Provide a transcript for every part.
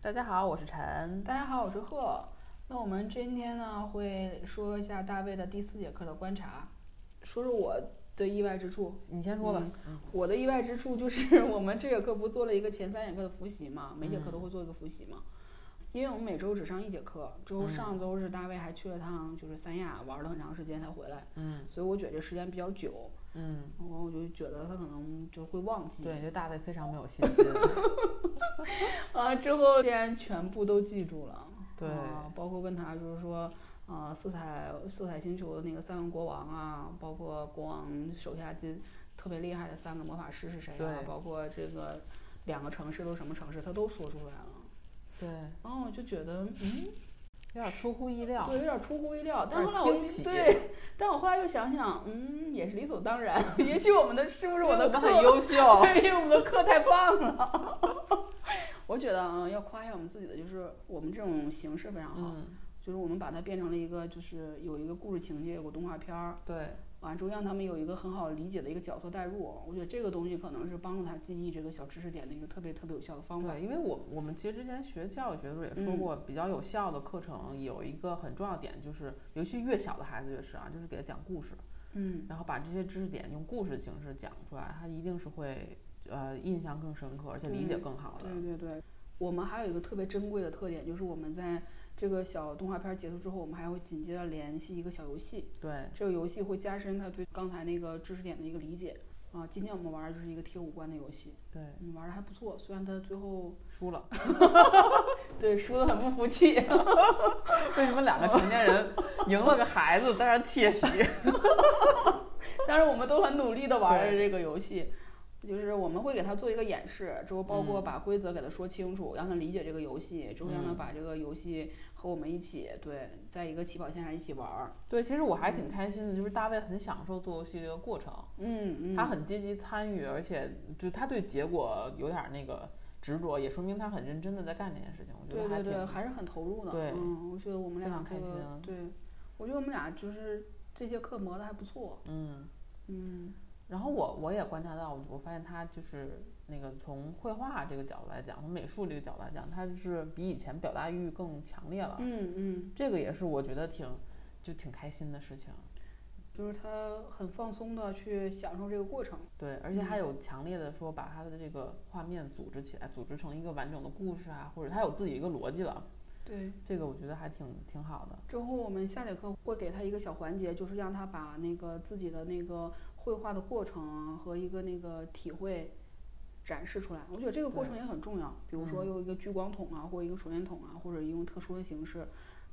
大家好，我是陈。大家好，我是贺。那我们今天呢会说一下大卫的第四节课的观察，说说我的意外之处。你先说吧。嗯我的意外之处就是 我们这节课不做了一个前三节课的复习嘛，每节课都会做一个复习嘛。因为我们每周只上一节课，之后上周是大卫还去了趟就是三亚玩了很长时间才回来，嗯所以我觉得这时间比较久，嗯，然后我就觉得他可能就会忘记。对，这大卫非常没有信心。啊，之后竟然全部都记住了。对啊，包括问他就是说，啊，色彩色彩星球的那个三个国王啊，包括国王手下这特别厉害的三个魔法师是谁啊对？包括这个两个城市都是什么城市，他都说出来了。 对，然后我就觉得，嗯，有点出乎意料对，。有点出乎意料。但有后点来我惊喜对，但我后来又想想，嗯，也是理所当然。 也许我们的是不是我的们课很优 秀。对，因哎为我们的课太棒了。 我觉得啊，要夸一下我们自己的，就是我们这种形式非常好， 嗯，就是我们把它变成了一个，就是有一个故事情节，有个动画片儿，对，完之后让他们有一个很好理解的一个角色代入。啊我觉得这个东西可能是帮助他记忆这个小知识点的一个特别特别有效的方法。对，因为我我们其实之前学教育学的时候也说过，比较有效的课程有一个很重要的点，就是尤其越小的孩子越是啊，就是给他讲故事，嗯，然后把这些知识点用故事形式讲出来，他一定是会呃印象更深刻，而且理解更好的。对对对。我们还有一个特别珍贵的特点，就是我们在这个小动画片儿结束之后，我们还会紧接着联系一个小游戏。对，这个游戏会加深他对刚才那个知识点的一个理解啊。今天我们玩的就是一个贴五官的游戏，对，嗯，玩的还不错，虽然他最后输了。对输的很不服气， 为什么两个成年人赢了个孩子在那儿窃喜？但是我们都很努力的玩着对这个游戏。就是我们会给他做一个演示，之后包括把规则给他说清楚，让他理解这个游戏，之后让他嗯把这个游戏和我们一起，对，在一个起跑线上一起玩儿。对，其实我还挺开心的，就是大卫很享受做游戏这个过程，嗯嗯，他很积极参与，而且就他对结果有点那个执着，也说明他很认真的在干这件事情。我觉对得还对挺对，还是很投入的。对嗯，我觉得我们非俩常开这个心啊对，我觉得我们俩就是这些课磨的还不错。嗯。嗯然后我我也观察到，我发现他就是那个从绘画这个角度来讲，从美术这个角度来讲，他就是比以前表达欲更强烈了。嗯嗯，这个也是我觉得挺就挺开心的事情。就是他很放松的去享受这个过程。对，而且嗯还有强烈的说把他的这个画面组织起来，组织成一个完整的故事啊，或者他有自己一个逻辑了，对，这个我觉得还挺挺好的。之后我们下节课会给他一个小环节，就是让他把那个自己的那个绘画的过程啊和一个那个体会展示出来。我觉得这个过程也很重要，比如说嗯用一个聚光筒啊，或者一个手电筒啊，或者用特殊的形式，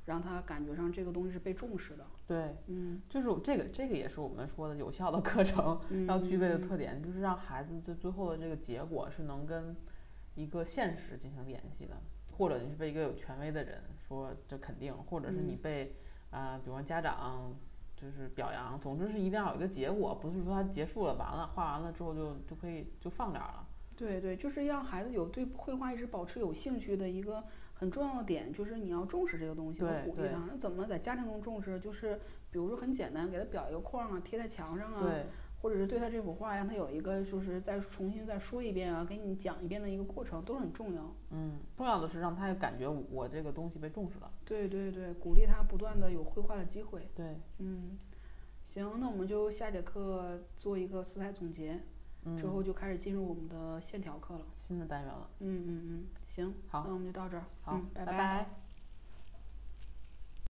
让他感觉上这个东西是被重视的。对，嗯，就是这个这个也是我们说的有效的课程嗯要具备的特点，就是让孩子最最后的这个结果是能跟一个现实进行联系的，或者你是被一个有权威的人说这肯定，或者是你嗯被啊、呃比如说家长。就是表扬，总之是一定要有一个结果，不是说他结束了完了画完了之后就就可以就放这儿了。对对，就是让孩子有对绘画一直保持有兴趣的一个很重要的点，就是你要重视这个东西，和对鼓励对他。那怎么在家庭中重视？就是比如说很简单，给他裱一个框啊，贴在墙上啊，对，或者是对他这幅画，让他有一个就是再重新再说一遍啊，给你讲一遍的一个过程，都很重要。嗯，重要的是让他感觉我这个东西被重视了。对对对，鼓励他不断的有绘画的机会。对，嗯，行，那我们就下节课做一个色彩总结，嗯，之后就开始进入我们的线条课了。新的单元了，嗯嗯嗯，行，好那我们就到这儿。好，嗯，拜拜